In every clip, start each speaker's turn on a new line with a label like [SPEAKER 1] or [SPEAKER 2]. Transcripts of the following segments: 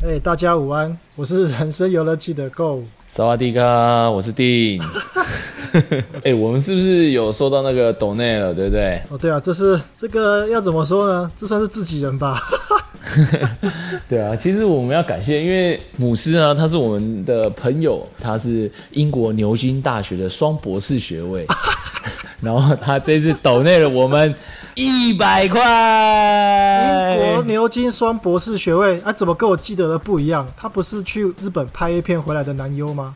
[SPEAKER 1] 嘿，哎大家午安，我是人生游乐器的 Go。
[SPEAKER 2] 萨瓦迪卡，我是 丁。哎、我们是不是有收到那个抖内了，对不对？
[SPEAKER 1] 哦，对啊，这是这个要怎么说呢？这算是自己人吧？
[SPEAKER 2] 对啊，其实我们要感谢，因为姆斯啊，他是我们的朋友，他是英国牛津大学的双博士学 位，然后他这次抖内了我们一百
[SPEAKER 1] 英国
[SPEAKER 2] 块。
[SPEAKER 1] 牛津双博士学位，啊，怎么跟我记得的不一样？他不是去日本拍 A 片回来的男优吗？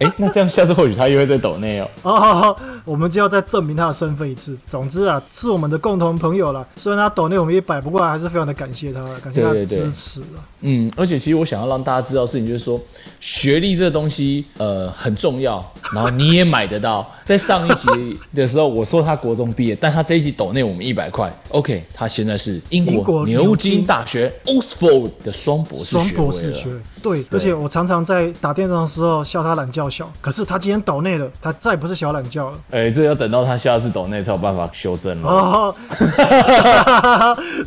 [SPEAKER 2] 哎、那这样下次或许他又会在抖内哦。
[SPEAKER 1] 哦， 好好我们就要再证明他的身份一次。总之啊，是我们的共同朋友了。虽然他抖内我们一百，不过还是非常的感谢他，感谢他的
[SPEAKER 2] 对对对
[SPEAKER 1] 支持啊。
[SPEAKER 2] 嗯，而且其实我想要让大家知道的事情就是说，学历这东西呃很重要，然后你也买得到。在上一集的时候，我说他国中毕业，但他这一集抖内我们一百块。OK，他现在是英
[SPEAKER 1] 英国
[SPEAKER 2] 国
[SPEAKER 1] 牛
[SPEAKER 2] 牛
[SPEAKER 1] 津
[SPEAKER 2] 津大学 Oxford 的双博士
[SPEAKER 1] 双
[SPEAKER 2] 学
[SPEAKER 1] 博士
[SPEAKER 2] 位
[SPEAKER 1] 学
[SPEAKER 2] 了。
[SPEAKER 1] 位，对，而且我常常在打电动的时候笑他懒觉小，可是他今天抖内了，他再也不是小懒觉了。
[SPEAKER 2] 哎、这要等到他下次抖内才有办法修正了。
[SPEAKER 1] 哦，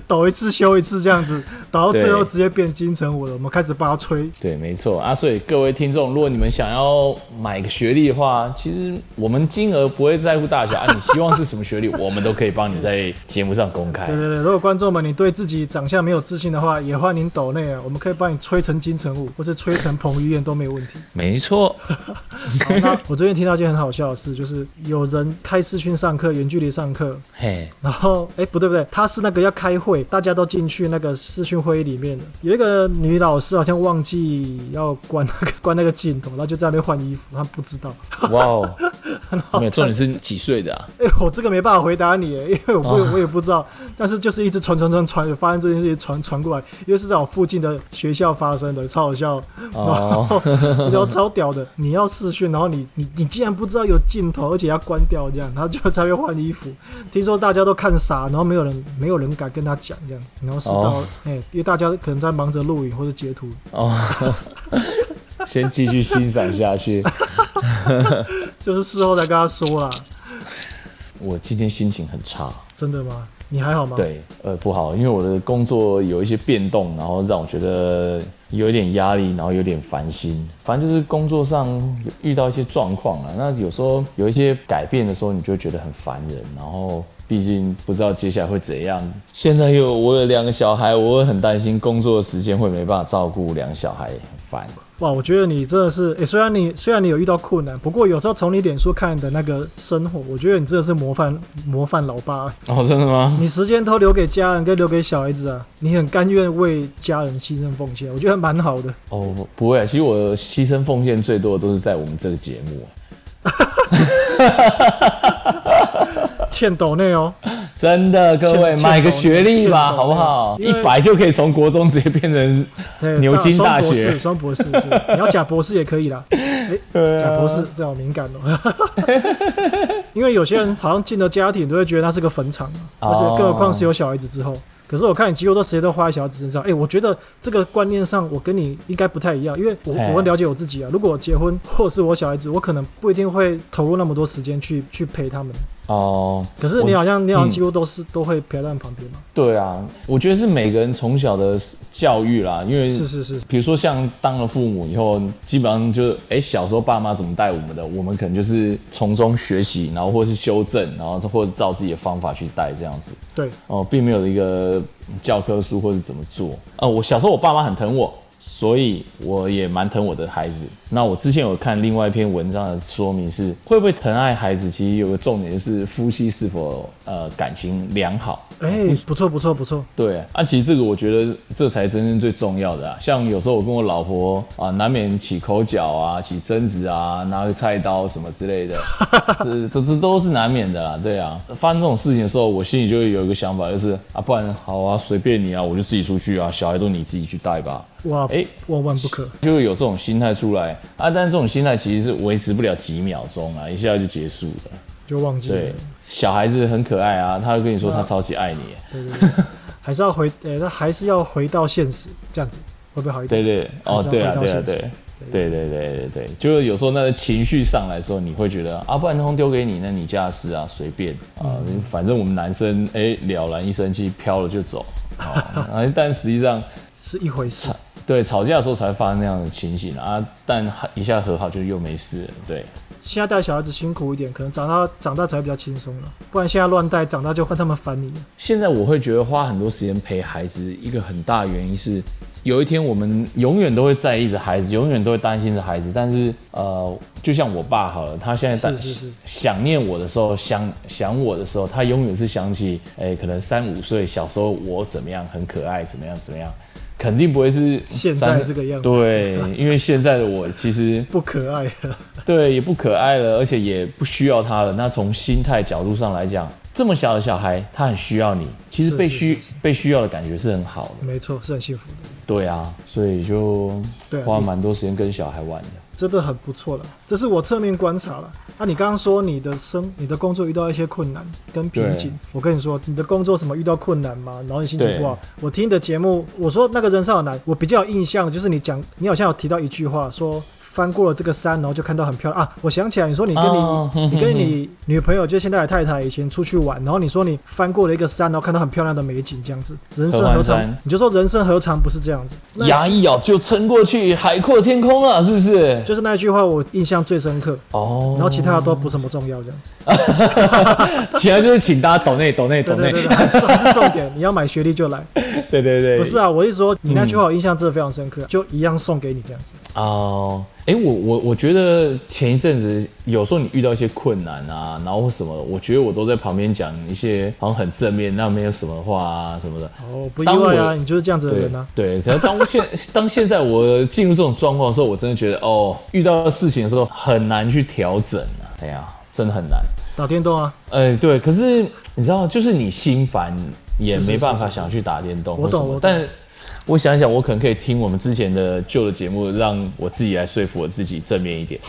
[SPEAKER 1] 抖一次修一次这样子，抖到最后直接变金城武了。我们开始帮他吹，
[SPEAKER 2] 对，没错啊，所以各位听众，如果你们想要买个学历的话，其实我们金额不会在乎大小啊，你希望是什么学历，我们都可以帮你在节目上公开。
[SPEAKER 1] 对对对，如果观众们你对自己长相没有自信的话，也欢迎抖内啊，我们可以帮你吹成金城武，或是吹成彭于晏都没有问题。
[SPEAKER 2] 没错，
[SPEAKER 1] 好，那我最近听到一件很好笑的事，就是有人开视讯上课，远距离上课，
[SPEAKER 2] 嘿，
[SPEAKER 1] 然后，哎，不对不对，他是那个要开会，大家都进去那个视讯会议里面的，有一个女老师好像忘记要关那个关那个镜头，然后就在那边换衣服，她不知道。
[SPEAKER 2] 哇哦，没有重点是你几岁的啊？
[SPEAKER 1] 哎，我这个没办法回答你，因为我我也
[SPEAKER 2] 哦
[SPEAKER 1] 我也不知道，但是就是一直传传传传，有发现这件事情传传过来，因为是在我附近的学校发生的，超好笑，
[SPEAKER 2] 哦，
[SPEAKER 1] 我觉得超屌的。你要视讯，然后你你你竟然不知道有镜头，而且要关掉这样，然后就才会换衣服。听说大家都看傻，然后没有人没有人敢跟他讲这样，然后是到哎、
[SPEAKER 2] 哦
[SPEAKER 1] 因为大家可能在忙着录影或者截图，
[SPEAKER 2] 哦，先继续欣赏下去。
[SPEAKER 1] 就是事后才跟他说啦。
[SPEAKER 2] 我今天心情很差，
[SPEAKER 1] 真的吗？你还好吗？，
[SPEAKER 2] 对，呃，不好，因为我的工作有一些变动，然后让我觉得有一点压力，然后有点烦心。反正就是工作上有遇到一些状况啊，那有时候有一些改变的时候，你就会觉得很烦人，然后。毕竟不知道接下来会怎样。现在又我有两个小孩，我会很担心工作的时间会没办法照顾两个小孩，很烦。
[SPEAKER 1] 哇，我觉得你真的是，哎、虽然你虽然你有遇到困难，不过有时候从你脸书看你的那个生活，我觉得你真的是模范模范老爸、
[SPEAKER 2] 哦，真的吗？
[SPEAKER 1] 你时间都留给家人跟留给小孩子啊，你很甘愿为家人牺牲奉献，我觉得蛮好的。
[SPEAKER 2] 哦，不不会啊，其实我牺牲奉献最多的都是在我们这个节目啊，
[SPEAKER 1] 欠斗内哦，
[SPEAKER 2] 真的，各位
[SPEAKER 1] 欠欠
[SPEAKER 2] 买个学历吧，
[SPEAKER 1] 欠
[SPEAKER 2] 好不好？
[SPEAKER 1] 因
[SPEAKER 2] 一
[SPEAKER 1] 为
[SPEAKER 2] 百就可以从国中直接变成
[SPEAKER 1] 对
[SPEAKER 2] 牛津大学，
[SPEAKER 1] 双博士，双博士是，你要假博士也可以 啦。哎、
[SPEAKER 2] 对啊
[SPEAKER 1] 假博士，这好敏感哦。 因为有些人好像进了家庭，都会觉得他是个坟场嘛，
[SPEAKER 2] 哦
[SPEAKER 1] 而且更何况是有小孩子之后。可是我看你几乎都时间都花在小孩子身上，哎、我觉得这个观念上我跟你应该不太一样，因为我
[SPEAKER 2] 哎
[SPEAKER 1] 我很了解我自己啊。如果我结婚或者是我小孩子，我可能不一定会投入那么多时间去去陪他们。
[SPEAKER 2] 哦。
[SPEAKER 1] 可是你好像你好像
[SPEAKER 2] 嗯
[SPEAKER 1] 几乎都是、都会陪在他们旁边嘛。
[SPEAKER 2] 对啊，我觉得是每个人从小的教育啦，因为
[SPEAKER 1] 是是是，
[SPEAKER 2] 比如说像当了父母以后，基本上就哎、小时候爸妈怎么带我们的，我们可能就是从中学习，然后或是修正，然后或者照自己的方法去带这样子。
[SPEAKER 1] 对，
[SPEAKER 2] 哦，并没有一个教科书或是怎么做。呃，我小时候我爸妈很疼我，所以我也蛮疼我的孩子。那我之前有看另外一篇文章的说明是，会不会疼爱孩子，其实有个重点就是夫妻是否呃感情良好。
[SPEAKER 1] 哎、不错不错不错，
[SPEAKER 2] 对啊，其实这个我觉得这才真正最重要的啊。像有时候我跟我老婆啊，难免起口角啊，起争执啊，拿个菜刀什么之类的，这这这都是难免的啦。对啊，发生这种事情的时候，我心里就会有一个想法，就是啊，不然好啊，随便你啊，我就自己出去啊，小孩都你自己去带吧。
[SPEAKER 1] 哇，
[SPEAKER 2] 哎
[SPEAKER 1] 万万不可。
[SPEAKER 2] 就会有这种心态出来啊，但这种心态其实是维持不了几秒钟啊，一下就结束了。
[SPEAKER 1] 就忘记了
[SPEAKER 2] 对。，小孩子很可爱啊，他会跟你说他超级爱你。
[SPEAKER 1] 对对对，还是要回，呃、那还是要回到现实，这样子会不会好一
[SPEAKER 2] 对
[SPEAKER 1] 点？
[SPEAKER 2] 对哦，对啊，
[SPEAKER 1] 还
[SPEAKER 2] 对
[SPEAKER 1] 是要回到，现
[SPEAKER 2] 啊对
[SPEAKER 1] 实，
[SPEAKER 2] 对对对对对对，就是有时候那个情绪上来的时候，你会觉得啊，不然通丢给你，那你家的事啊，随便啊，
[SPEAKER 1] 嗯
[SPEAKER 2] 哎反正我们男生哎了然一生气，飘了就走。哦，啊但实际上
[SPEAKER 1] 是一回事。
[SPEAKER 2] 对，吵架的时候才会发生那样的情形啊，但一下和好就又没事了。对，
[SPEAKER 1] 现在带小孩子辛苦一点，可能长大长大才会比较轻松了，不然现在乱带，长大就换他们烦你了。
[SPEAKER 2] 现在我会觉得花很多时间陪孩子，一个很大原因是，有一天我们永远都会在意着孩子，永远都会担心着孩子。但是呃，就像我爸好了，他现在在
[SPEAKER 1] 是是是
[SPEAKER 2] 想念我的时候，想想我的时候，他永远是想起，哎、可能三五岁小时候我怎么样很可爱，怎么样怎么样。肯定不会是
[SPEAKER 1] 现
[SPEAKER 2] 三
[SPEAKER 1] 在这个样子
[SPEAKER 2] 对，因为现在的我其实
[SPEAKER 1] 不可爱了，
[SPEAKER 2] 对，也不可爱了，而且也不需要他了。那从心态角度上来讲，这么小的小孩，他很需要你，其实
[SPEAKER 1] 是
[SPEAKER 2] 被
[SPEAKER 1] 是
[SPEAKER 2] 需
[SPEAKER 1] 是是
[SPEAKER 2] 被需要的感觉是很好的。
[SPEAKER 1] 没错，是很幸福的，
[SPEAKER 2] 对啊，所以就
[SPEAKER 1] 对啊
[SPEAKER 2] 花
[SPEAKER 1] 你
[SPEAKER 2] 蛮多时间跟小孩玩的。
[SPEAKER 1] 真的很不错了。这是我侧面观察了。啊，你刚刚说你的生、你的工作遇到一些困难跟瓶颈
[SPEAKER 2] 对，
[SPEAKER 1] 我跟你说，你的工作什么遇到困难吗？然后你心情
[SPEAKER 2] 对
[SPEAKER 1] 不好。我听你的节目，我说那个人上的难，我比较有印象，就是你讲，你好像有提到一句话说。翻过了这个山，然后就看到很漂亮啊！我想起来，你说你跟你、
[SPEAKER 2] 哦哼
[SPEAKER 1] 你跟你女朋友，就现在的太太，以前出去玩，然后你说你翻过了一个山，然后看到很漂亮的美景，这样子，人生
[SPEAKER 2] 合欢
[SPEAKER 1] 何尝
[SPEAKER 2] 山？
[SPEAKER 1] 你就说人生何尝不是这样子？那
[SPEAKER 2] 牙一咬就撑过去，海阔天空了，是不是？
[SPEAKER 1] 就是那一句话，我印象最深刻。
[SPEAKER 2] 哦，
[SPEAKER 1] 然后其他的都不什么重要，这样子。
[SPEAKER 2] 其他就是请大家抖内抖内抖
[SPEAKER 1] 对对
[SPEAKER 2] 内，
[SPEAKER 1] 对对，这是重点。你要买学历就来，
[SPEAKER 2] 对嗯对对，
[SPEAKER 1] 不是啊？我是说，你那句话我印象真的非常深刻，就一样送给你这样子。
[SPEAKER 2] 哦，哎，我我我觉得前一阵子有时候你遇到一些困难啊，然后或什么，我觉得我都在旁边讲一些好像很正面，那没有什么话啊什么的。
[SPEAKER 1] 哦，不意外
[SPEAKER 2] 当
[SPEAKER 1] 啊，
[SPEAKER 2] 我
[SPEAKER 1] 你就是这样子的
[SPEAKER 2] 对
[SPEAKER 1] 人啊。
[SPEAKER 2] 对，可是当现 当现在我进入这种状况的时候，我真的觉得哦，遇到事情的时候很难去调整啊，哎呀，真的很难。
[SPEAKER 1] 打电动啊，
[SPEAKER 2] 呃，对，可是你知道，就是你心烦也
[SPEAKER 1] 是是
[SPEAKER 2] 没办法
[SPEAKER 1] 是是
[SPEAKER 2] 想去打电动
[SPEAKER 1] 我
[SPEAKER 2] 或什
[SPEAKER 1] 懂
[SPEAKER 2] 么
[SPEAKER 1] 我懂
[SPEAKER 2] 但我想想，我可能可以听我们之前的旧的节目，让我自己来说服我自己正面一点。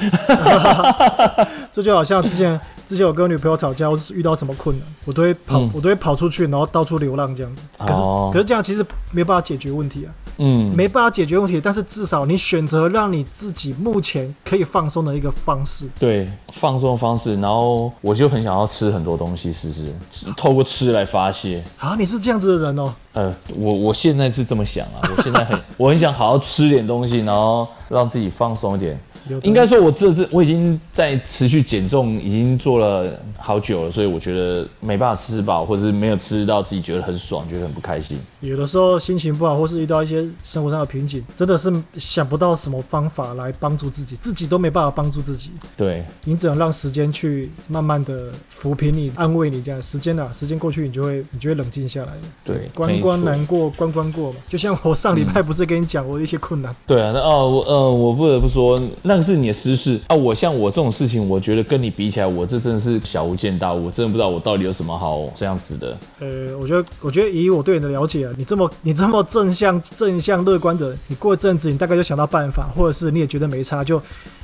[SPEAKER 1] 这就好像之前之前我跟我女朋友吵架，我是遇到什么困难，我都会跑，
[SPEAKER 2] 嗯
[SPEAKER 1] 我都会跑出去，然后到处流浪这样子。可是、
[SPEAKER 2] 哦
[SPEAKER 1] 可是这样其实没办法解决问题啊，
[SPEAKER 2] 嗯，
[SPEAKER 1] 没办法解决问题，但是至少你选择让你自己目前可以放松的一个方式。
[SPEAKER 2] 对，放松的方式，然后我就很想要吃很多东西试试，吃透过吃来发泄。
[SPEAKER 1] 啊，你是这样子的人哦。
[SPEAKER 2] 呃，我我现在是这么想啊，我现在 很我很想好好吃点东西，然后让自己放松一点。
[SPEAKER 1] 有的
[SPEAKER 2] 应该说，我这次我已经在持续减重，已经做了好久了，所以我觉得没办法吃饱，或者是没有吃到自己觉得很爽，觉得很不开心。
[SPEAKER 1] 有的时候心情不好，或是遇到一些生活上的瓶颈，真的是想不到什么方法来帮助自己，自己都没办法帮助自己，
[SPEAKER 2] 对，
[SPEAKER 1] 你只能让时间去慢慢的抚平你、安慰你。这样时间啊，时间过去，你就会你就会冷静下来的。
[SPEAKER 2] 对
[SPEAKER 1] 关
[SPEAKER 2] 没
[SPEAKER 1] 关
[SPEAKER 2] 错
[SPEAKER 1] 难过关关过嘛。就像我上礼拜不是跟你讲我有一些困难，
[SPEAKER 2] 对啊，那哦，我呃，我不得不说，那个是你的私事啊。我像我这种事情，我觉得跟你比起来，我这真的是小巫见大巫，我真的不知道我到底有什么好这样子的。
[SPEAKER 1] 呃，我觉得我觉得以我对你的了解啊，你这么 你这么正向正向乐观的人，你过一阵子你大概就想到办法，或者是你也觉得没差，就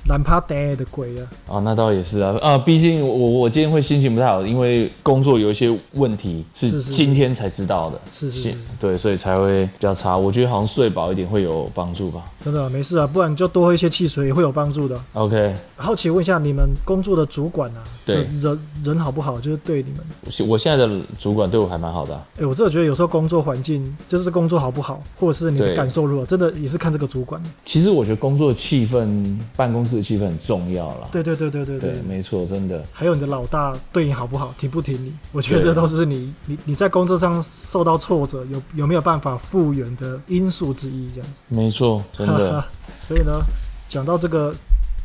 [SPEAKER 1] 懒趴呆的鬼了。
[SPEAKER 2] 啊，那倒也是啊，啊，毕竟我我我今天会心情不太好，因为工作有一些问题
[SPEAKER 1] 是
[SPEAKER 2] 是
[SPEAKER 1] 是
[SPEAKER 2] 今天才知道的，
[SPEAKER 1] 是是是是
[SPEAKER 2] 对，所以才会比较差。我觉得好像睡饱一点会有帮助吧。
[SPEAKER 1] 真的没事啊，不然就多喝一些汽水也会有帮助的。
[SPEAKER 2] OK，
[SPEAKER 1] 好奇问一下，你们工作的主管啊，
[SPEAKER 2] 对
[SPEAKER 1] 人人好不好？就是对你们，
[SPEAKER 2] 我我现在的主管对我还蛮好的啊、
[SPEAKER 1] 哎、我真的觉得有时候工作环境就是工作好不好，或者是你的
[SPEAKER 2] 对
[SPEAKER 1] 感受如何，真的也是看这个主管。
[SPEAKER 2] 其实我觉得工作气氛、办公室的气氛很重要啦。
[SPEAKER 1] 对对对对对
[SPEAKER 2] 对，没错，真的。
[SPEAKER 1] 还有你的老大对你好不好，挺不挺你？我觉得
[SPEAKER 2] 对
[SPEAKER 1] 这都是你你你在工作上受到挫折，有有没有办法复原的因素之一，这样子。
[SPEAKER 2] 没错，真的。
[SPEAKER 1] 所以呢，讲到这个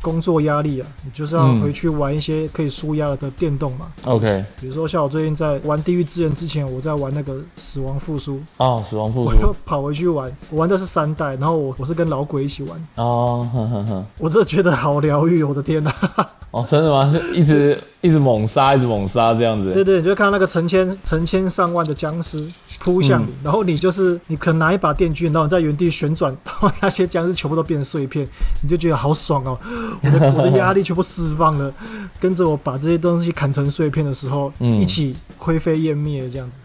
[SPEAKER 1] 工作压力啊，你就是要
[SPEAKER 2] 嗯
[SPEAKER 1] 回去玩一些可以舒压的电动嘛。
[SPEAKER 2] OK，
[SPEAKER 1] 比如说像我最近在玩《地狱之刃》之前，我在玩那个《死亡复苏》，
[SPEAKER 2] 哦，死亡复
[SPEAKER 1] 我
[SPEAKER 2] 苏
[SPEAKER 1] 又跑回去玩，我玩的是三代，然后我我是跟老鬼一起玩，
[SPEAKER 2] 哦，哼哼哼，
[SPEAKER 1] 我真的觉得好疗愈，我的天呐、
[SPEAKER 2] 哦，真的吗？是一直一直猛杀，一直猛杀这样子。
[SPEAKER 1] 对对，你就看到那个成千成千上万的僵尸扑向你，然后你就是你可能拿一把电锯，然后你在原地旋转，然后那些僵尸全部都变碎片，你就觉得好爽哦，我的我的压力全部释放了，跟着我把这些东西砍成碎片的时候，
[SPEAKER 2] 嗯
[SPEAKER 1] 一起灰飞烟灭这样子。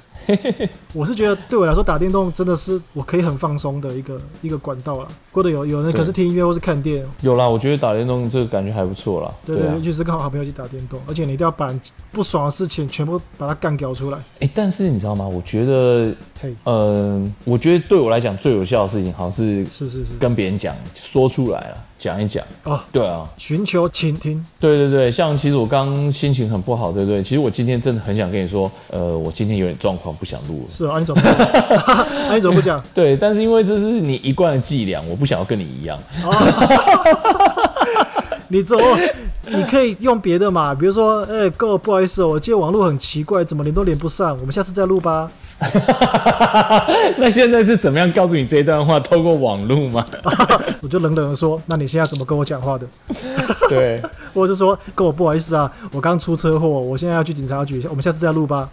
[SPEAKER 1] 我是觉得对我来说打电动真的是我可以很放松的一个一个管道啦。或者有有人可是听音乐或是看电影，
[SPEAKER 2] 有啦，我觉得打电动这个感觉还不错啦。
[SPEAKER 1] 对
[SPEAKER 2] 对
[SPEAKER 1] 对，
[SPEAKER 2] 啊
[SPEAKER 1] 尤，其是跟好朋友一起打电动，而且你一定要把不爽的事情全部把它干掉出来。
[SPEAKER 2] 哎，但是你知道吗？我觉得，
[SPEAKER 1] 嘿，
[SPEAKER 2] 嗯，我觉得对我来讲最有效的事情，好像是
[SPEAKER 1] 是是是，
[SPEAKER 2] 跟别人讲，说出来了，讲一讲。
[SPEAKER 1] 哦，
[SPEAKER 2] 对啊，
[SPEAKER 1] 寻求倾听，
[SPEAKER 2] 对对对，像其实我刚心情很不好，对不对？其实我今天真的很想跟你说，呃，我今天有点状况，不想录了。
[SPEAKER 1] 是哦啊，你怎 么不讲？ 啊，你怎么不讲？
[SPEAKER 2] 对，但是因为这是你一贯的伎俩，我不想要跟你一样。
[SPEAKER 1] 你怎么？你可以用别的嘛，比如说，哎、哥，不好意思哦，我今天网络很奇怪，怎么连都连不上，我们下次再录吧。
[SPEAKER 2] 那现在是怎么样告诉你这一段话？透过网络吗？
[SPEAKER 1] 我就冷冷的说，那你现在怎么跟我讲话的？
[SPEAKER 2] 对，
[SPEAKER 1] 我就说，哥，我不好意思啊，我刚出车祸，我现在要去警察局，我们下次再录吧。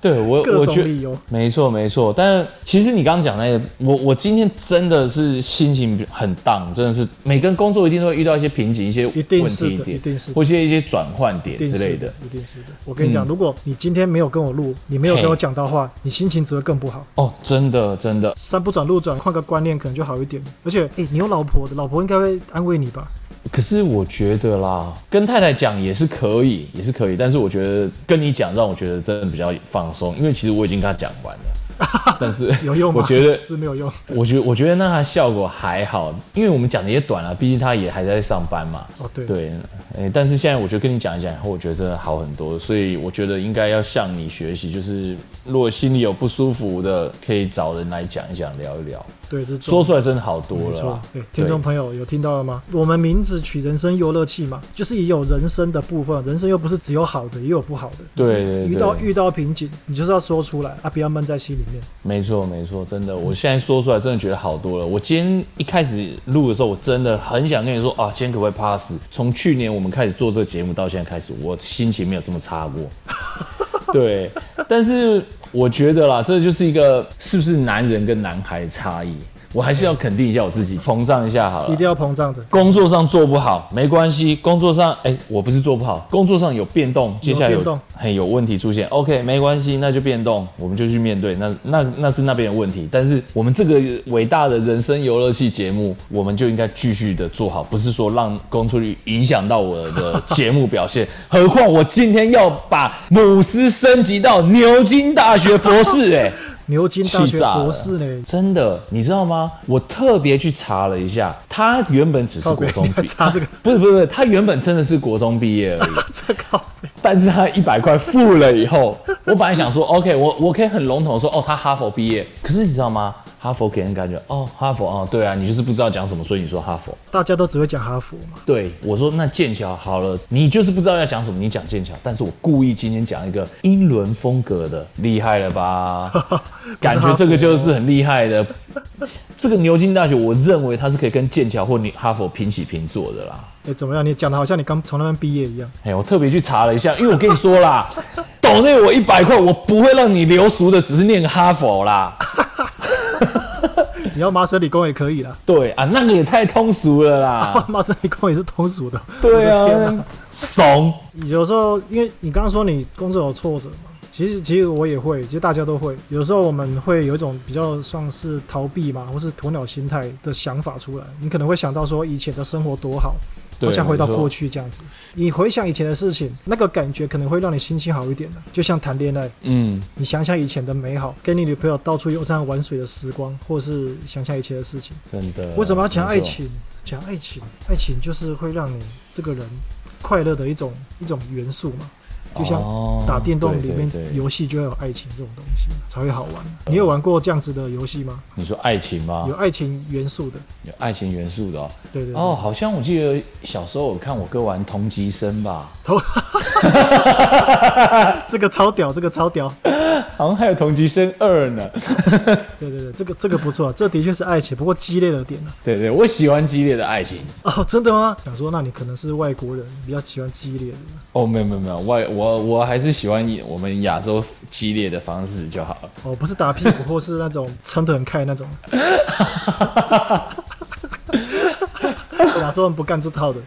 [SPEAKER 2] 对我
[SPEAKER 1] 各
[SPEAKER 2] 我
[SPEAKER 1] 种
[SPEAKER 2] 觉
[SPEAKER 1] 理由
[SPEAKER 2] 没错没错。但其实你刚刚讲那个，我我今天真的是心情很荡，真的是每个人工作一定都会遇到一些瓶颈、一些
[SPEAKER 1] 一定
[SPEAKER 2] 问
[SPEAKER 1] 是的
[SPEAKER 2] 题点，
[SPEAKER 1] 一定是的
[SPEAKER 2] 或一些一些转换点
[SPEAKER 1] 一定是
[SPEAKER 2] 之类的。，嗯
[SPEAKER 1] 一定是的。我跟你讲，如果你今天没有跟我录，你没有跟我
[SPEAKER 2] 嘿
[SPEAKER 1] 讲到 话，你心情只会更不好。
[SPEAKER 2] 哦，真的真的，
[SPEAKER 1] 山不转路转，换个观念可能就好一点。而且，哎、你有老婆的，老婆应该会安慰你吧？
[SPEAKER 2] 可是我觉得啦，跟太太讲也是可以，也是可以，但是我觉得跟你讲，让我觉得真的比较放松，因为其实我已经跟她讲 完了，但是
[SPEAKER 1] 有用吗？
[SPEAKER 2] 我觉得，
[SPEAKER 1] 是没有用。
[SPEAKER 2] 我觉得，我觉得那它效果还好，因为我们讲的也短啊了，毕竟她也还在上班嘛。
[SPEAKER 1] 哦，对，
[SPEAKER 2] 对，哎、但是现在我觉得跟你讲一讲以后，我觉得真的好很多，所以我觉得应该要向你学习，就是如果心里有不舒服的，可以找人来讲一讲，聊一聊，
[SPEAKER 1] 对，是
[SPEAKER 2] 说出来真的好多
[SPEAKER 1] 没
[SPEAKER 2] 了
[SPEAKER 1] 错
[SPEAKER 2] 啦。，
[SPEAKER 1] 对，听众朋友有听到了吗？我们名字取人生游乐器嘛，就是也有人生的部分，人生又不是只有好的，也有不好的。
[SPEAKER 2] 对对对
[SPEAKER 1] 遇到遇到瓶颈，你就是要说出来啊，不要闷在心里面。
[SPEAKER 2] 没错，没错，真的，我现在说出来真的觉得好多了。我今天一开始录的时候，我真的很想跟你说啊，今天可不可以 pass？从去年我们开始做这个节目到现在开始，我心情没有这么差过。对，但是我觉得啦，这就是一个是不是男人跟男孩的差异，我还是要肯定一下我自己，膨胀一下好
[SPEAKER 1] 一
[SPEAKER 2] 了
[SPEAKER 1] 定。要膨胀的，
[SPEAKER 2] 工作上做不好没关系，工作上哎、我不是做不好，工作上有变动，接下来有
[SPEAKER 1] 变动
[SPEAKER 2] 嘿有问题出现，OK 没关系，那就变动，我们就去面对，那那那是那边的问题，但是我们这个伟大的人生游乐器节目，我们就应该继续的做好，不是说让工作率影响到我的节目表现，何况我今天要把姆斯升级到牛津大学博士、哎。
[SPEAKER 1] 牛津大
[SPEAKER 2] 气
[SPEAKER 1] 学
[SPEAKER 2] 炸了
[SPEAKER 1] 博士呢？
[SPEAKER 2] 真的，你知道吗？我特别去查了一下，他原本只是
[SPEAKER 1] 靠
[SPEAKER 2] 国
[SPEAKER 1] 北，
[SPEAKER 2] 中
[SPEAKER 1] 你还
[SPEAKER 2] 毕，
[SPEAKER 1] 查这个，
[SPEAKER 2] 不是不是不是，他原本真的是国中毕业而已，
[SPEAKER 1] 这靠北，
[SPEAKER 2] 但是他一百块付了以后，我本来想说 OK，我我可以很笼统地说哦，他哈佛毕业，可是你知道吗？哈佛给人感觉哦，哈佛哦，对啊，你就是不知道讲什么，所以你说哈佛。
[SPEAKER 1] 大家都只会讲哈佛嘛，
[SPEAKER 2] 对我说那剑桥好了，你就是不知道要讲什么，你讲剑桥，但是我故意今天讲一个英伦风格的，厉害了吧？ 感觉这个就是很厉害的。这个牛津大学，我认为它是可以跟剑桥或你哈佛平起平坐的啦。
[SPEAKER 1] 哎、怎么样？你讲的好像你刚从那边毕业一样。
[SPEAKER 2] 哎，我特别去查了一下，因为我跟你说啦， 抖内我一百块，我不会让你流俗的，只是念个哈佛啦。
[SPEAKER 1] 你要麻省理工也可以啦，
[SPEAKER 2] 对啊，那个也太通俗 了啦。
[SPEAKER 1] 麻省理工也是通俗的。
[SPEAKER 2] 啊对
[SPEAKER 1] 我的天哪
[SPEAKER 2] 啊，怂。
[SPEAKER 1] 有时候，因为你刚刚说你工作有挫折嘛，其实其实我也会，其实大家都会。有时候我们会有一种比较算是逃避嘛，或是鸵鸟心态的想法出来。你可能会想到说以前的生活多好，
[SPEAKER 2] 对
[SPEAKER 1] 我想回到
[SPEAKER 2] 没错
[SPEAKER 1] 过去这样子。你回想以前的事情，那个感觉可能会让你心情好一点的。就像谈恋爱，
[SPEAKER 2] 嗯，
[SPEAKER 1] 你想想以前的美好，跟你女朋友到处游山玩水的时光，或是想想以前的事情。
[SPEAKER 2] 真的。
[SPEAKER 1] 为什么要讲爱
[SPEAKER 2] 没错？
[SPEAKER 1] 情？讲爱情，爱情就是会让你这个人快乐的一种一种元素嘛。就像
[SPEAKER 2] 哦
[SPEAKER 1] 打电动里面
[SPEAKER 2] 对对对
[SPEAKER 1] 游戏就要有爱情这种东西才会好玩。你有玩过这样子的游戏吗？
[SPEAKER 2] 你说爱情吗？
[SPEAKER 1] 有
[SPEAKER 2] 有
[SPEAKER 1] 爱情元素的，
[SPEAKER 2] 爱情元素的哦。
[SPEAKER 1] 对对对。
[SPEAKER 2] 哦，好像我记得小时候我看我哥玩同级生吧，
[SPEAKER 1] 这个超屌，这个超屌。
[SPEAKER 2] 好像还有同级生二呢。
[SPEAKER 1] 对对对，这个这个不错，啊这的确是爱情，不过激烈了点啊。
[SPEAKER 2] 对对，我喜欢激烈的爱情。
[SPEAKER 1] 哦，真的吗？想说，那你可能是外国人，比较喜欢激烈的。
[SPEAKER 2] 哦，没有没有没有，我我我还是喜欢以我们亚洲激烈的方式就好了。
[SPEAKER 1] 哦，不是打屁股，或是那种撑得很开那种。亚洲人不干这套的。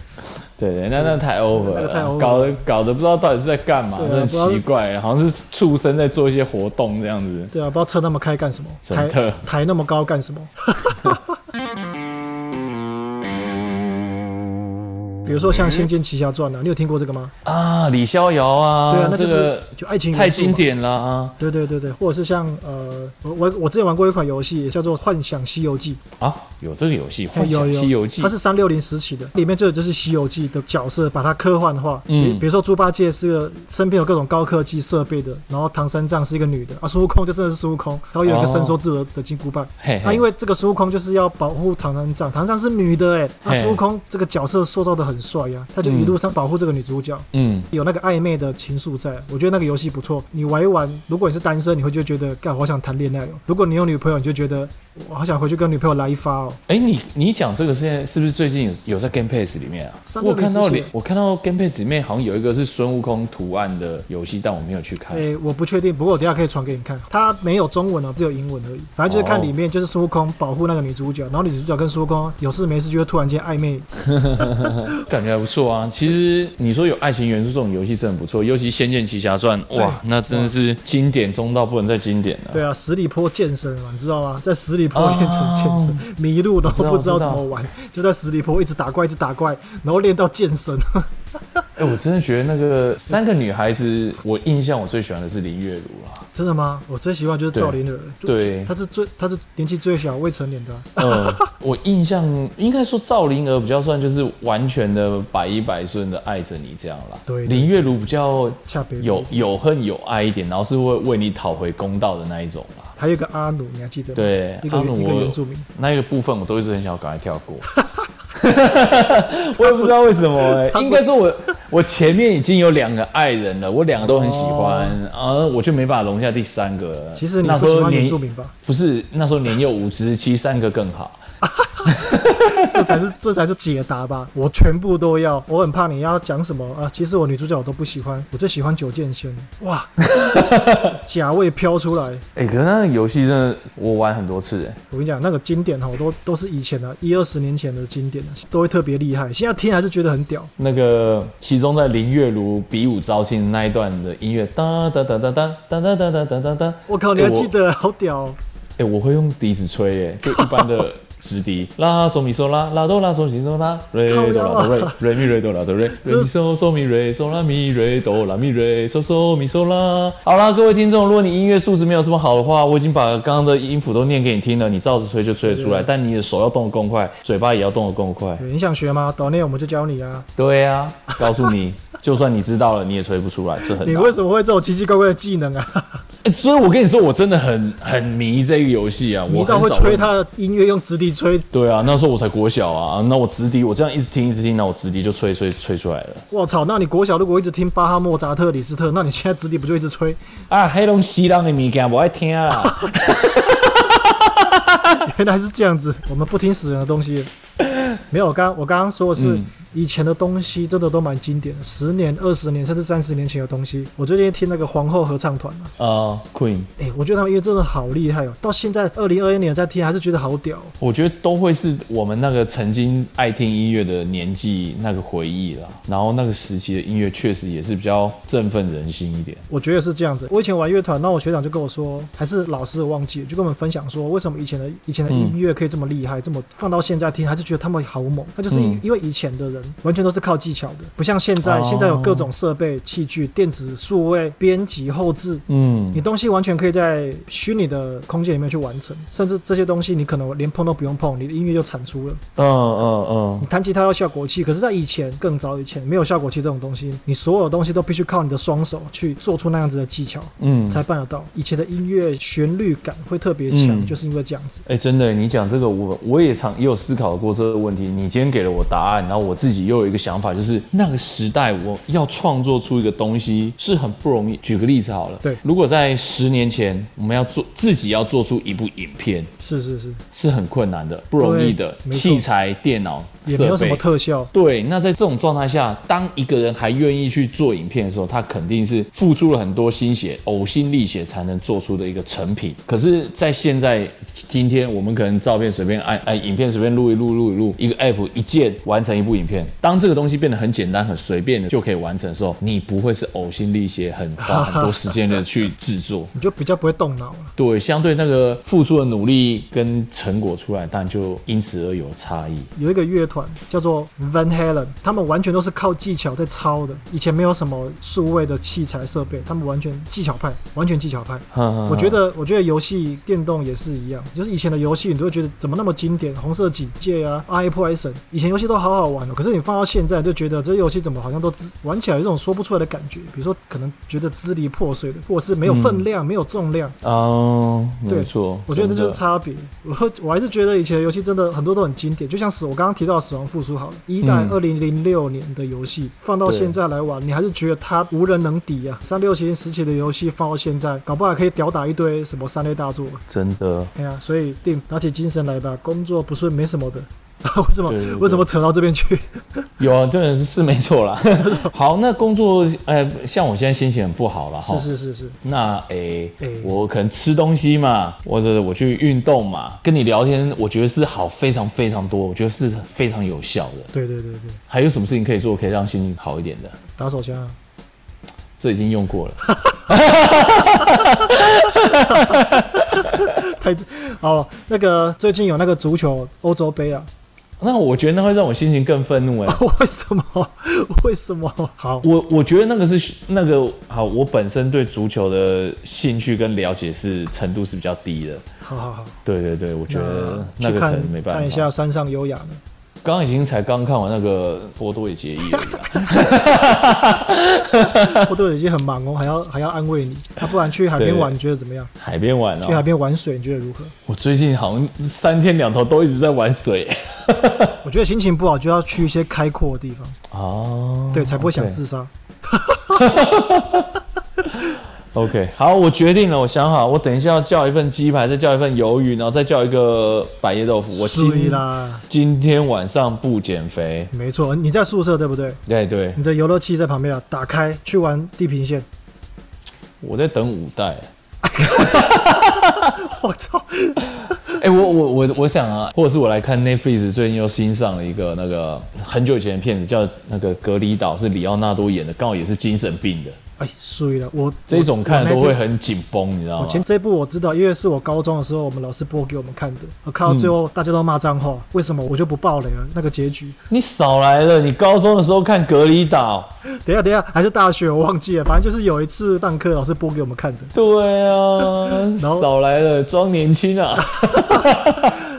[SPEAKER 2] 对对，那那太 over
[SPEAKER 1] 那个太 over
[SPEAKER 2] 了，
[SPEAKER 1] 了
[SPEAKER 2] 搞得搞得不知道到底是在干嘛，
[SPEAKER 1] 对啊
[SPEAKER 2] 这很
[SPEAKER 1] 不知道
[SPEAKER 2] 奇怪，好像是畜生在做一些活动这样子。
[SPEAKER 1] 对啊，不知道车那么开干什么，
[SPEAKER 2] 真
[SPEAKER 1] 抬
[SPEAKER 2] 的
[SPEAKER 1] 抬那么高干 什么？比如说像《仙剑奇侠传》啊，你有听过这个吗？
[SPEAKER 2] 啊，李逍遥啊，
[SPEAKER 1] 对啊那就是
[SPEAKER 2] 这个
[SPEAKER 1] 就爱情元素嘛
[SPEAKER 2] 太经典了啊
[SPEAKER 1] 对对对对，或者是像呃，我我我之前玩过一款游戏叫做《幻想西游记》，
[SPEAKER 2] 啊！有这个游戏《
[SPEAKER 1] 哎
[SPEAKER 2] 幻
[SPEAKER 1] 有
[SPEAKER 2] 想
[SPEAKER 1] 有
[SPEAKER 2] 西游记
[SPEAKER 1] 它》是三六零时期的，里面就有就是《西游记》的角色，把它科幻化。
[SPEAKER 2] 嗯
[SPEAKER 1] 比比如说猪八戒是个身边有各种高科技设备的，然后唐三藏是一个女的啊，孙悟空就真的是孙悟空，然后有一个
[SPEAKER 2] 哦
[SPEAKER 1] 伸缩自如的金箍棒。
[SPEAKER 2] 嗯嘿，
[SPEAKER 1] 那、啊
[SPEAKER 2] 嘿
[SPEAKER 1] 因为这个孙悟空就是要保护唐三藏，唐三藏是女的哎、那
[SPEAKER 2] 嘿
[SPEAKER 1] 孙悟空这个角色塑造的很帅呀、他就一路上保护这个女主角。
[SPEAKER 2] 嗯，
[SPEAKER 1] 有那个暧昧的情愫在，我觉得那个游戏不错。你玩一玩，如果你是单身，你会就觉得，干，我好想谈恋爱哦。如果你有女朋友，你就觉得，我好想回去跟女朋友来一发哦。
[SPEAKER 2] 哎、你你讲这个现在是不是最近有有在 Game Pass 里面啊？
[SPEAKER 1] 三六
[SPEAKER 2] 我
[SPEAKER 1] 零
[SPEAKER 2] 看到
[SPEAKER 1] 四
[SPEAKER 2] 里
[SPEAKER 1] 是
[SPEAKER 2] 我看到 Game Pass 里面好像有一个是孙悟空图案的游戏，但我没有去看。
[SPEAKER 1] 诶、哎我不确定，不过我等一下可以传给你看。它没有中文哦，只有英文而已。反正就是看里面就是孙悟空保护那个女主角，然后女主角跟孙悟空有事没事就会突然间暧昧。
[SPEAKER 2] 感觉还不错啊。其实你说有爱情元素这种游戏真的不错，尤其《仙剑奇侠传》，哇，那真的是经典中到不能再经典了。
[SPEAKER 1] 对啊，十里坡健身嘛，你知道吗？在十里坡练成健身，
[SPEAKER 2] 哦
[SPEAKER 1] 迷路然后不知道怎么玩，就在十里坡一直打怪，一直打怪，然后练到健身。
[SPEAKER 2] 哎、我真的觉得那个三个女孩子，我印象我最喜欢的是林月如啦。
[SPEAKER 1] 真的吗？我最喜欢就是赵灵儿，就
[SPEAKER 2] 对
[SPEAKER 1] 她是最她是年纪最小未成年的啊、
[SPEAKER 2] 嗯， 我印象应该说赵灵儿比较算就是完全的百依百顺的爱着你这样啦。
[SPEAKER 1] 对
[SPEAKER 2] 林月如比较
[SPEAKER 1] 恰北
[SPEAKER 2] 有有恨有爱一点，然后是会为你讨回公道的那一种啦。
[SPEAKER 1] 还有一个阿努，你还记得吗？
[SPEAKER 2] 对，
[SPEAKER 1] 一个
[SPEAKER 2] 阿努
[SPEAKER 1] 一个
[SPEAKER 2] 我
[SPEAKER 1] 原住民，
[SPEAKER 2] 那个部分我都一直很想要赶快跳过， 我也不知道为什么、欸，应该说我我前面已经有两个爱人了，我两个都很喜欢，啊，我就没办法容下第三个了。
[SPEAKER 1] 哦其实你
[SPEAKER 2] 那
[SPEAKER 1] 不
[SPEAKER 2] 时
[SPEAKER 1] 喜
[SPEAKER 2] 候
[SPEAKER 1] 欢
[SPEAKER 2] 年
[SPEAKER 1] 原住民吧？
[SPEAKER 2] 不是那时候年幼无知，其实三个更好。
[SPEAKER 1] 这才是这才是解答吧！我全部都要，我很怕你要讲什么啊！其实我女主角我都不喜欢，我最喜欢九剑仙。哇， 假味飘出来！
[SPEAKER 2] 哎、可是那个游戏真的我玩很多次、欸，
[SPEAKER 1] 我跟你讲，那个经典哈，都都是以前的、一二十年前的经典的，都会特别厉害。现在听还是觉得很屌。
[SPEAKER 2] 那个其中在林月如比武招亲的那一段的音乐，哒哒哒哒哒哒哒哒哒哒哒哒。
[SPEAKER 1] 我靠，你还
[SPEAKER 2] 哎我
[SPEAKER 1] 记得？好屌、哦！
[SPEAKER 2] 哎、我会用笛子吹、耶，就一般的直笛，拉索米嗦拉，拉哆拉索米嗦拉，瑞
[SPEAKER 1] 靠
[SPEAKER 2] 哆
[SPEAKER 1] 腰
[SPEAKER 2] 拉
[SPEAKER 1] 啊
[SPEAKER 2] 哆瑞，瑞咪瑞哆拉 哆瑞，瑞
[SPEAKER 1] 这
[SPEAKER 2] 咪嗦嗦咪瑞嗦拉咪瑞哆拉咪瑞嗦嗦咪嗦拉。好啦，各位听众，如果你音乐素质没有这么好的话，我已经把刚刚的音符都念给你听了，你照着吹就吹得出来，但你的手要动得更快，嘴巴也要动得更快。
[SPEAKER 1] 对你想学吗？岛内我们就教你啊！
[SPEAKER 2] 对啊，告诉你， 就算你知道了，你也吹不出来，这很
[SPEAKER 1] 你
[SPEAKER 2] 难。
[SPEAKER 1] 为什么会这种奇奇怪怪的技能啊？
[SPEAKER 2] 欸所以我跟你说，我真的很很迷这个游戏啊，我
[SPEAKER 1] 你到
[SPEAKER 2] 很
[SPEAKER 1] 会
[SPEAKER 2] 少
[SPEAKER 1] 吹他的音乐用直笛吹，
[SPEAKER 2] 对啊，那时候我才国小啊，啊那我直笛，我这样一直听一直听，那我直笛就吹吹吹出来了
[SPEAKER 1] 我操！那你国小如果一直听巴哈、莫扎特、李斯特，那你现在直笛不就一直吹？
[SPEAKER 2] 啊，黑龙西浪的物件我爱听啊 啦，
[SPEAKER 1] 原来是这样子，我们不听死人的东西。没有，我刚我刚刚说的是、以前的东西，真的都蛮经典的，十年、二十年甚至三十年前的东西。我最近听那个皇后合唱团啊，
[SPEAKER 2] 呃，Queen，
[SPEAKER 1] 哎、我觉得他们音乐真的好厉害哦，到现在二零二一年再听还是觉得好屌哦、
[SPEAKER 2] 我觉得都会是我们那个曾经爱听音乐的年纪那个回忆啦，然后那个时期的音乐确实也是比较振奋人心一点。
[SPEAKER 1] 我觉得是这样子。我以前玩乐团，那我学长就跟我说，还是老师我忘记了，就跟我们分享说，为什么以前的以前的音乐可以这么厉害，这么放到现在听，还是觉得他们好猛。那就是因、
[SPEAKER 2] 嗯
[SPEAKER 1] 因为以前的人完全都是靠技巧的，不像现在，
[SPEAKER 2] 哦
[SPEAKER 1] 现在有各种设备、器具、电子、数位、编辑、后置。
[SPEAKER 2] 嗯
[SPEAKER 1] 你，东西完全可以在虚拟的空间里面去完成，甚至这些东西你可能连碰都不用碰，你的音乐就产出了。
[SPEAKER 2] 嗯嗯嗯
[SPEAKER 1] 你，弹吉他要效果器，可是，在以前更早以前没有效果器这种东西，你所有东西都必须靠你的双手去做出那样子的技巧。
[SPEAKER 2] 嗯，
[SPEAKER 1] 才办得到。以前的音乐旋律感会特别强，
[SPEAKER 2] 嗯
[SPEAKER 1] 就是因为这样子。
[SPEAKER 2] 哎、真的，你讲这个，我我也常也有思考过这个问题。你今天给了我答案，然后我自己又有一个想法，就是那个时代我要创作出一个东西是很不容易。举个例子好了，
[SPEAKER 1] 对
[SPEAKER 2] 如果在十年前我们要做自己要做出一部影片，
[SPEAKER 1] 是是是，
[SPEAKER 2] 是很困难的，不容易的，
[SPEAKER 1] 对没错
[SPEAKER 2] 器材、电脑、
[SPEAKER 1] 也没有
[SPEAKER 2] 设
[SPEAKER 1] 什么
[SPEAKER 2] 备。
[SPEAKER 1] 特效。。
[SPEAKER 2] 对，那在这种状态下，当一个人还愿意去做影片的时候，他肯定是付出了很多心血、呕心沥血才能做出的一个成品。可是，在现在今天，我们可能照片随便按，哎，影片随便录一录，录一录，一个 app 一键完成一部影片。片。当这个东西变得很简单、很随便的就可以完成的时候，你不会是呕心沥血、很花很多时间的去制作
[SPEAKER 1] 你就比较不会动脑了。
[SPEAKER 2] 对，相对那个付出的努力跟成果出来，但就因此而有差异。
[SPEAKER 1] 有一个乐团叫做 Van Halen，他们完全都是靠技巧在抄的，以前没有什么数位的器材设备，他们完全技巧派，完全技巧派。
[SPEAKER 2] 我
[SPEAKER 1] 我觉得，我觉得游戏电动也是一样，就是以前的游戏，你都会觉得怎么那么经典，红色警戒啊，I Poison，以前游戏都好好玩哦。可是你放到现在，就觉得这游戏怎么好像都支玩起来有一种说不出来的感觉，比如说可能觉得支离破碎的，或者是没有分量、没有重量。
[SPEAKER 2] 哦，
[SPEAKER 1] 对
[SPEAKER 2] 没错，
[SPEAKER 1] 我觉得这就是
[SPEAKER 2] 真的
[SPEAKER 1] 差别。 我会我还是觉得以前的游戏真的很多都很经典，就像死我刚刚提到的《死亡复苏》好了，一代
[SPEAKER 2] 嗯
[SPEAKER 1] 二零零六年的游戏放到
[SPEAKER 2] 对
[SPEAKER 1] 现在来玩，你还是觉得它无人能敌啊。三六七时期的游戏放到现在，搞不好还可以吊打一堆什么三类大作。
[SPEAKER 2] 真的。
[SPEAKER 1] 哎呀，所以定打起精神来吧，工作不是没什么的。 为什么
[SPEAKER 2] 对对对
[SPEAKER 1] 为什么扯到这边去？
[SPEAKER 2] 有啊，这是是没 错啦。好，那工作，呃，像我现在心情很不好了哈。
[SPEAKER 1] 是是是是，
[SPEAKER 2] 那诶、
[SPEAKER 1] 诶
[SPEAKER 2] 我可能吃东西嘛，或者我去运动嘛，跟你聊天，我觉得是好非常非常多，我觉得是非常有效的。
[SPEAKER 1] 对对对对，
[SPEAKER 2] 还有什么事情可以做，可以让心情好一点的？
[SPEAKER 1] 打手枪啊，
[SPEAKER 2] 这已经用过了。
[SPEAKER 1] 太哦，那个最近有那个足球欧洲杯啊，
[SPEAKER 2] 那我觉得那会让我心情更愤怒哎、
[SPEAKER 1] 为什么？ 为什么？好，
[SPEAKER 2] 我我觉得那个是那个好，我本身对足球的兴趣跟了解是程度是比较低的。
[SPEAKER 1] 好好好，
[SPEAKER 2] 对对对，我觉得那
[SPEAKER 1] 去
[SPEAKER 2] 个可
[SPEAKER 1] 看
[SPEAKER 2] 能没办法。
[SPEAKER 1] 看一下山上优雅呢。
[SPEAKER 2] 刚刚已经才刚看完那个波多野结衣而已啦。
[SPEAKER 1] 我都已经很忙哦，还要还要安慰你，那、不然去海边玩，你觉得怎么样？
[SPEAKER 2] 海边玩
[SPEAKER 1] 去海
[SPEAKER 2] 哦，
[SPEAKER 1] 边玩水，你觉得如何？
[SPEAKER 2] 我最近好像三天两头都一直在 玩水。
[SPEAKER 1] 我觉得心情不好就要去一些开阔的地方，
[SPEAKER 2] 哦，
[SPEAKER 1] 对，才不会想
[SPEAKER 2] OK
[SPEAKER 1] 自杀。
[SPEAKER 2] OK，好，我决定了，我想好，我等一下要叫一份鸡排，再叫一份鱿鱼，然后再叫一个百叶豆腐。我
[SPEAKER 1] 睡
[SPEAKER 2] 今
[SPEAKER 1] 啦，
[SPEAKER 2] 今天晚上不减肥。
[SPEAKER 1] 没错，你在宿舍对不对？
[SPEAKER 2] 对对，
[SPEAKER 1] 你的游乐器在旁边啊，打开去玩地平线。
[SPEAKER 2] 我在等五代。
[SPEAKER 1] 我操！
[SPEAKER 2] 哎、我我我我想啊，或者是我来看 Netflix 最近又新上了一个那个很久以前的片子，叫那个《隔离岛》，是里奥纳多演的，刚好也是精神病的。
[SPEAKER 1] 哎，睡了，我
[SPEAKER 2] 这种看了都。
[SPEAKER 1] 我
[SPEAKER 2] 会
[SPEAKER 1] 那天
[SPEAKER 2] 很紧绷，你知道
[SPEAKER 1] 我
[SPEAKER 2] 吗？
[SPEAKER 1] 前这一部我知道，因为是我高中的时候，我们老师播给我们看的。我看到
[SPEAKER 2] 嗯
[SPEAKER 1] 最后大家都骂脏话，为什么我就不爆雷了？那个结局，
[SPEAKER 2] 你少来了，你高中的时候看《隔离岛
[SPEAKER 1] 等一下等一下，还是大学我忘记了，反正就是有一次上课老师播给我们看的。》，
[SPEAKER 2] 对啊，
[SPEAKER 1] 然后
[SPEAKER 2] 少来了，装年 轻啊！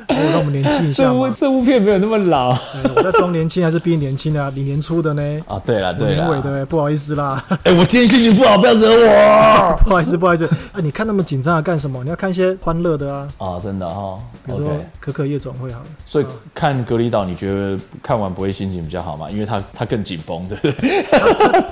[SPEAKER 1] 哎让我们年轻一
[SPEAKER 2] 这
[SPEAKER 1] 下
[SPEAKER 2] 部
[SPEAKER 1] 嘛。
[SPEAKER 2] 这部片没有那么老
[SPEAKER 1] 哎我在装年轻还是比你年轻啊？你年初的呢？
[SPEAKER 2] 啊。对了
[SPEAKER 1] 我
[SPEAKER 2] 对
[SPEAKER 1] 年尾的
[SPEAKER 2] 了，
[SPEAKER 1] 欸，不好意思啦，
[SPEAKER 2] 哎、我今天心情不好，不要惹我
[SPEAKER 1] 不好意思，不好意思。啊，你看那么紧张啊，干什么？你要看一些欢乐的啊，
[SPEAKER 2] 啊！真的哈、
[SPEAKER 1] 比如
[SPEAKER 2] o
[SPEAKER 1] 说
[SPEAKER 2] k
[SPEAKER 1] 可可夜总会好了。
[SPEAKER 2] 所以看《隔离岛》，你觉得看完不会心情比较好吗？因为它它更紧绷，对不对？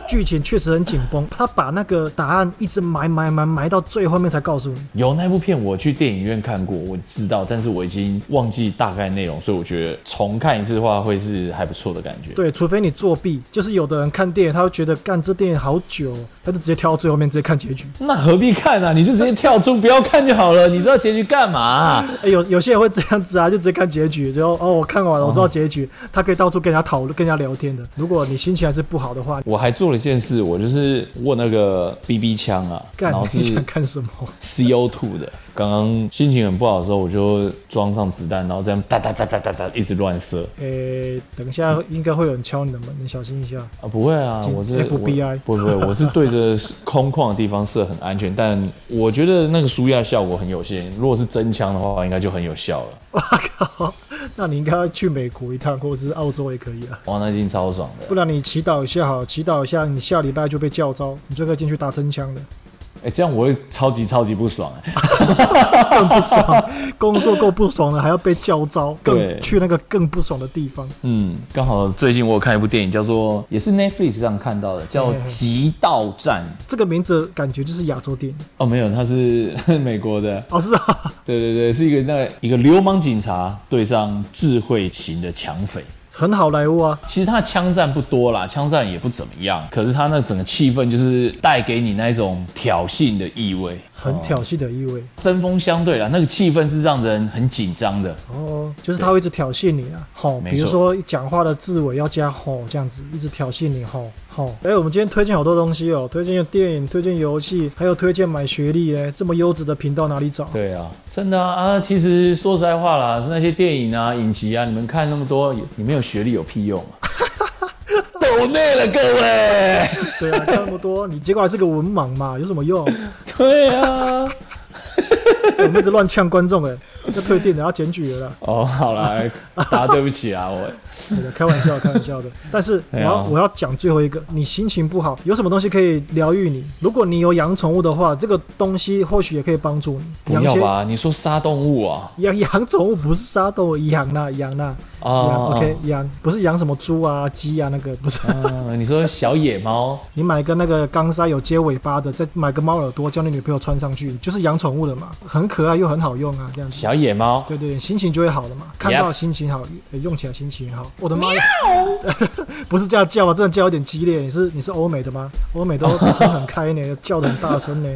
[SPEAKER 1] 剧情确实很紧绷，他把那个答案一直埋埋埋埋到最后面才告诉你。
[SPEAKER 2] 有那部片，我去电影院看过，我知道，但是我已经忘记大概内容，所以我觉得重看一次的话会是还不错的感觉。
[SPEAKER 1] 对，除非你作弊，就是有的人看电影，他会觉得干这电影好久，他就直接跳到最后面，直接看结局。
[SPEAKER 2] 那何必看啊？你就直接跳出，不要看就好了。你知道结局干嘛、
[SPEAKER 1] 哎，有有些人会这样子啊，就直接看结局，然后哦，我看完了，我知道结局，他可以到处跟人家讨论、跟人家聊天的。如果你心情还是不好的话，
[SPEAKER 2] 我还做了一件事，我就是握那个 BB 枪啊，
[SPEAKER 1] 干
[SPEAKER 2] 然后
[SPEAKER 1] 你
[SPEAKER 2] 是
[SPEAKER 1] 想看什么？
[SPEAKER 2] CO2 的。刚刚心情很不好的时候，我就装上子弹，然后这样哒哒哒哒哒哒一直乱射
[SPEAKER 1] 诶、哎等一下应该会有人敲你的门，你小心一下。
[SPEAKER 2] 啊，不会啊，
[SPEAKER 1] 进
[SPEAKER 2] 我是
[SPEAKER 1] FBI
[SPEAKER 2] 我不会不会，我是对着空旷的地方射，很安全。但我觉得那个舒压效果很有限，如果是真枪的话，应该就很有效了。
[SPEAKER 1] 哇靠，那你应该去美国一趟，或者是澳洲也可以啊。
[SPEAKER 2] 哇，那一定超爽的
[SPEAKER 1] 不。然你祈祷一下好，祈祷一下，你下礼拜就被叫招，你就可以进去打真 枪了，
[SPEAKER 2] 哎、这样我会超级超级不爽、欸。
[SPEAKER 1] 更不爽。工作够不爽了，还要被叫 招，更
[SPEAKER 2] 哦对
[SPEAKER 1] 去那个更不爽的地方。
[SPEAKER 2] 嗯，刚好最近我有看一部电影，叫做也是 Netflix 上看到的，叫
[SPEAKER 1] 嘿嘿
[SPEAKER 2] 《
[SPEAKER 1] 嘿
[SPEAKER 2] 极道战》。
[SPEAKER 1] 这个名字感觉就是亚洲电影
[SPEAKER 2] 哦，没有，它是 美国的。
[SPEAKER 1] 哦，是啊，
[SPEAKER 2] 对对对，是一个那个一个流氓警察对上智慧型的抢匪。
[SPEAKER 1] 很好莱坞啊，
[SPEAKER 2] 其实他枪战不多啦，枪战也不怎么样，可是他那整个气氛就是带给你那一种挑衅的意味，哦
[SPEAKER 1] 很挑衅的意味。
[SPEAKER 2] 针锋相对啦，那个气氛是让人很紧张的。
[SPEAKER 1] 哦，就是他会一直挑衅你啊，吼，
[SPEAKER 2] 没
[SPEAKER 1] 比如
[SPEAKER 2] 错
[SPEAKER 1] 说讲话的字尾要加吼这样子，一直挑衅你吼吼。哎、我们今天推荐好多东西哦，推荐电影，推荐游戏，还有推荐买学历哎，这么优质的频道哪里找？
[SPEAKER 2] 对啊，真的啊啊！其实说实在话啦，是那些电影啊、影集啊，你们看那么多，你没有学历有屁用啊！ 抖内了各位，
[SPEAKER 1] 对啊，看那么多，你结果还是个文盲嘛，有什么用？
[SPEAKER 2] 对啊。
[SPEAKER 1] 哎我们一直乱呛观众哎，要退订的，要检举 了啦。
[SPEAKER 2] 哦，好啦，大家对不起啊， 我
[SPEAKER 1] 对的，开玩笑，开玩笑的。但是我
[SPEAKER 2] 哎
[SPEAKER 1] 要、
[SPEAKER 2] 呀
[SPEAKER 1] 我要讲最后一个，你心情不好，有什么东西可以疗愈你？如果你有养宠物的话，这个东西或许也可以帮助你。
[SPEAKER 2] 不
[SPEAKER 1] 养
[SPEAKER 2] 要
[SPEAKER 1] 些
[SPEAKER 2] 吧？你说杀动物啊？
[SPEAKER 1] 养养宠物不是杀动物，养啦养啦
[SPEAKER 2] 啊、
[SPEAKER 1] 养、
[SPEAKER 2] 哦
[SPEAKER 1] OK 养，不是养什么猪啊鸡啊那个不是。
[SPEAKER 2] 啊你说小野猫？
[SPEAKER 1] 你买个那个钢塞有接尾巴的，再买个猫耳朵，叫你女朋友穿上去，就是养宠物了嘛，很可爱又很好用啊，这样子。
[SPEAKER 2] 小野猫？
[SPEAKER 1] 对对，心情就会好了嘛。看
[SPEAKER 2] Yep
[SPEAKER 1] 到心情好，呃用起来心情好。我的妈呀！ 不是这样叫啊，这样叫有点激烈。你是你是欧美的吗？欧美都车很开 呢，叫的很大声呢。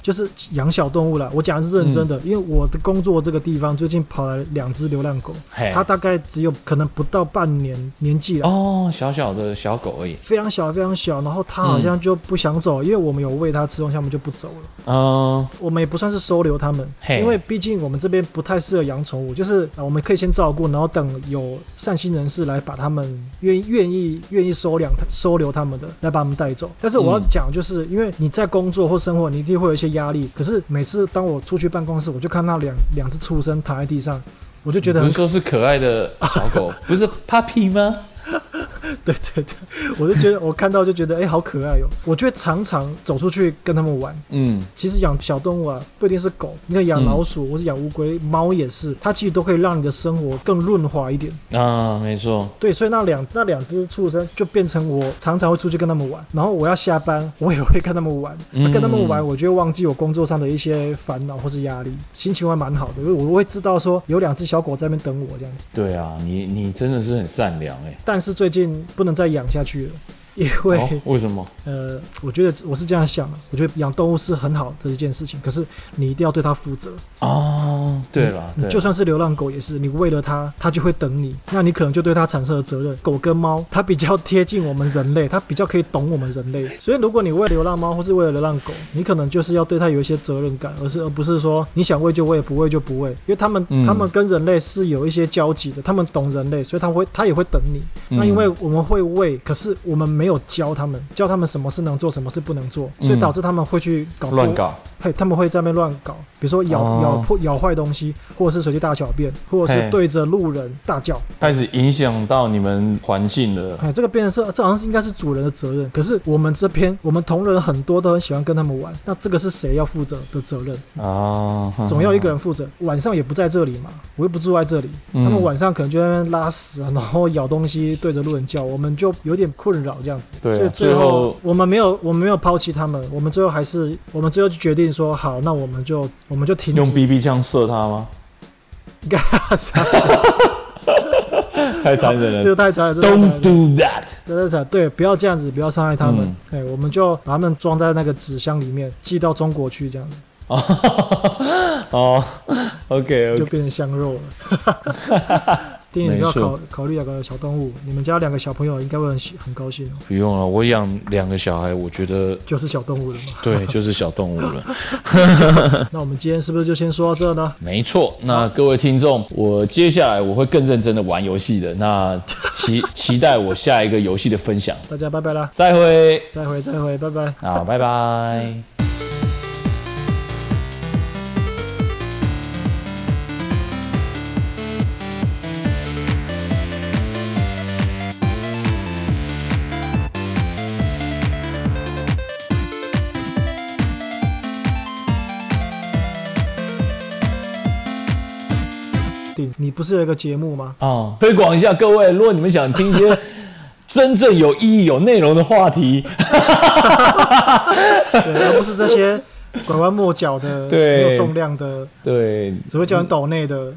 [SPEAKER 1] 就是养小动物啦，我讲的是认真
[SPEAKER 2] 嗯
[SPEAKER 1] 的，因为我的工作这个地方最近跑来两只流浪狗，
[SPEAKER 2] 嘿
[SPEAKER 1] 它大概只有可能不到半年年纪了。
[SPEAKER 2] 哎哦，小小的小狗而已。
[SPEAKER 1] 非常小，非常小，然后它好像就不想走，因为我们有喂它吃东西，它们就不走了。
[SPEAKER 2] 嗯，
[SPEAKER 1] 我们也不算是收留他们，
[SPEAKER 2] 嘿
[SPEAKER 1] 因为毕竟我们这边不太适合养宠物，就是呃我们可以先照顾，然后等有善心人士来把他们愿愿意愿意收养收留他们的，来把他们带走。但是我要
[SPEAKER 2] 嗯
[SPEAKER 1] 讲，就是、因为你在工作或生活，你一定会有一些压力。可是每次当我出去办公室，我就看到两两只畜生躺在地上，我就觉得
[SPEAKER 2] 不
[SPEAKER 1] 很
[SPEAKER 2] 是说是可爱的小狗，不是 puppy 吗？
[SPEAKER 1] 对对对，我就觉得我看到就觉得哎、好可爱哟、我就会常常走出去跟他们玩，
[SPEAKER 2] 嗯，
[SPEAKER 1] 其实养小动物啊，不一定是狗，你看养老鼠、或是养乌龟、猫也是，它其实都可以让你的生活更润滑一点。
[SPEAKER 2] 啊，没错。
[SPEAKER 1] 对，所以那两那两只畜生就变成我常常会出去跟它们玩，然后我要下班，我也会跟它们玩。
[SPEAKER 2] 嗯
[SPEAKER 1] 那跟它们玩，我就会忘记我工作上的一些烦恼或是压力，心情还蛮好的，因为我会知道说有两只小狗在那边等我这样子。
[SPEAKER 2] 对啊，你你真的是很善良哎、
[SPEAKER 1] 但是最近不能再养下去了，因为、
[SPEAKER 2] 哦，为什么？
[SPEAKER 1] 呃，我觉得我是这样想的，我觉得养动物是很好的一件事情，可是你一定要对它负责。
[SPEAKER 2] 哦，对了，
[SPEAKER 1] 你
[SPEAKER 2] 对啦，
[SPEAKER 1] 嗯就算是流浪狗也是，你为了它，它就会等你，那你可能就对它产生了责任。狗跟猫，它比较贴近我们人类，它比较可以懂我们人类。所以如果你喂流浪猫或是喂了流浪狗，你可能就是要对它有一些责任感，而是而不是说你想喂就喂，不喂就不喂，因为它们
[SPEAKER 2] 嗯
[SPEAKER 1] 它们跟人类是有一些交集的，它们懂人类，所以它会它也会等你。
[SPEAKER 2] 嗯
[SPEAKER 1] 那因为我们会喂，可是我们没有教它们，教它们什么事能做，什么事不能做，所以
[SPEAKER 2] 嗯
[SPEAKER 1] 导致它们会去搞
[SPEAKER 2] 乱
[SPEAKER 1] 破
[SPEAKER 2] 搞，
[SPEAKER 1] 嘿，他们会在那边乱搞，比如说咬、
[SPEAKER 2] 哦
[SPEAKER 1] 咬破、咬坏东西，或者是随地大小便，或者是
[SPEAKER 2] 嘿
[SPEAKER 1] 对着路人大叫。
[SPEAKER 2] 开始影响到你们环境了。
[SPEAKER 1] 哎，这个变成是这好像是应该是主人的责任，可是我们这边我们同仁很多都很喜欢跟他们玩，那这个是谁要负责的责任？
[SPEAKER 2] 啊，
[SPEAKER 1] 总要一个人负责。晚上也不在这里嘛，我又不住在这里，
[SPEAKER 2] 嗯
[SPEAKER 1] 他们晚上可能就在那边拉屎啊，然后咬东西，对着路人叫，我们就有点困扰这样子。
[SPEAKER 2] 对啊
[SPEAKER 1] 所以最
[SPEAKER 2] 最后
[SPEAKER 1] 我们没有我们没有抛弃他们，我们最后还是我们最后就决定说好，那我们就我们就停止
[SPEAKER 2] 用 BB 枪射它吗？
[SPEAKER 1] 干啥？
[SPEAKER 2] 太残忍
[SPEAKER 1] 这个
[SPEAKER 2] 了
[SPEAKER 1] 太惨了，这个太惨
[SPEAKER 2] ！Don't
[SPEAKER 1] 了
[SPEAKER 2] do that。
[SPEAKER 1] 这个太惨了。对，不要这样子，不要伤害他们
[SPEAKER 2] 嗯。
[SPEAKER 1] 哎、我们就把他们装在那个纸箱里面，寄到中国去，这样子
[SPEAKER 2] 哦，OK
[SPEAKER 1] 就
[SPEAKER 2] OK，
[SPEAKER 1] 变成香肉了。 电影要
[SPEAKER 2] 嗯没错
[SPEAKER 1] 考考虑两个小动物，你们家两个小朋友应该会很喜很高兴哦，
[SPEAKER 2] 不用了，我养两个小孩，我觉得
[SPEAKER 1] 就是小动物了 嘛。
[SPEAKER 2] 对，就是小动物了。
[SPEAKER 1] 那我们今天是不是就先说到这呢？
[SPEAKER 2] 没错，那各位听众，我接下来我会更认真的玩游戏的，那期期待我下一个游戏的分享。
[SPEAKER 1] 大家拜拜啦，
[SPEAKER 2] 再会
[SPEAKER 1] 再会再会，拜拜。
[SPEAKER 2] 啊，拜拜。
[SPEAKER 1] 定，你不是有一个节目吗？
[SPEAKER 2] 哦，推广一下各位，如果你们想听一些真正有意义、有内容的话题，
[SPEAKER 1] 对，而不是这些拐弯抹角的、
[SPEAKER 2] 对
[SPEAKER 1] 没有重量的，
[SPEAKER 2] 对
[SPEAKER 1] 只会叫人抖内的。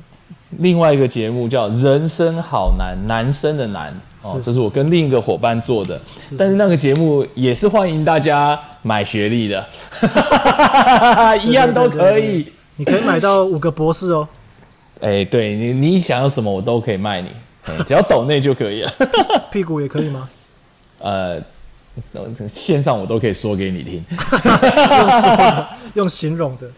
[SPEAKER 2] 另外一个节目叫《人生好难》，男生的难哦，
[SPEAKER 1] 是
[SPEAKER 2] 这是我跟另一个伙伴做的，
[SPEAKER 1] 是
[SPEAKER 2] 但是那个节目也是欢迎大家买学历的，一样都可
[SPEAKER 1] 对对
[SPEAKER 2] 以。
[SPEAKER 1] 你可以买到五个博士哦。
[SPEAKER 2] 哎、对你你想要什么我都可以卖你，哎只要抖内就可以了。
[SPEAKER 1] 屁股也可以吗？
[SPEAKER 2] 呃，呃线上我都可以说给你听。
[SPEAKER 1] 用说的，用形容的，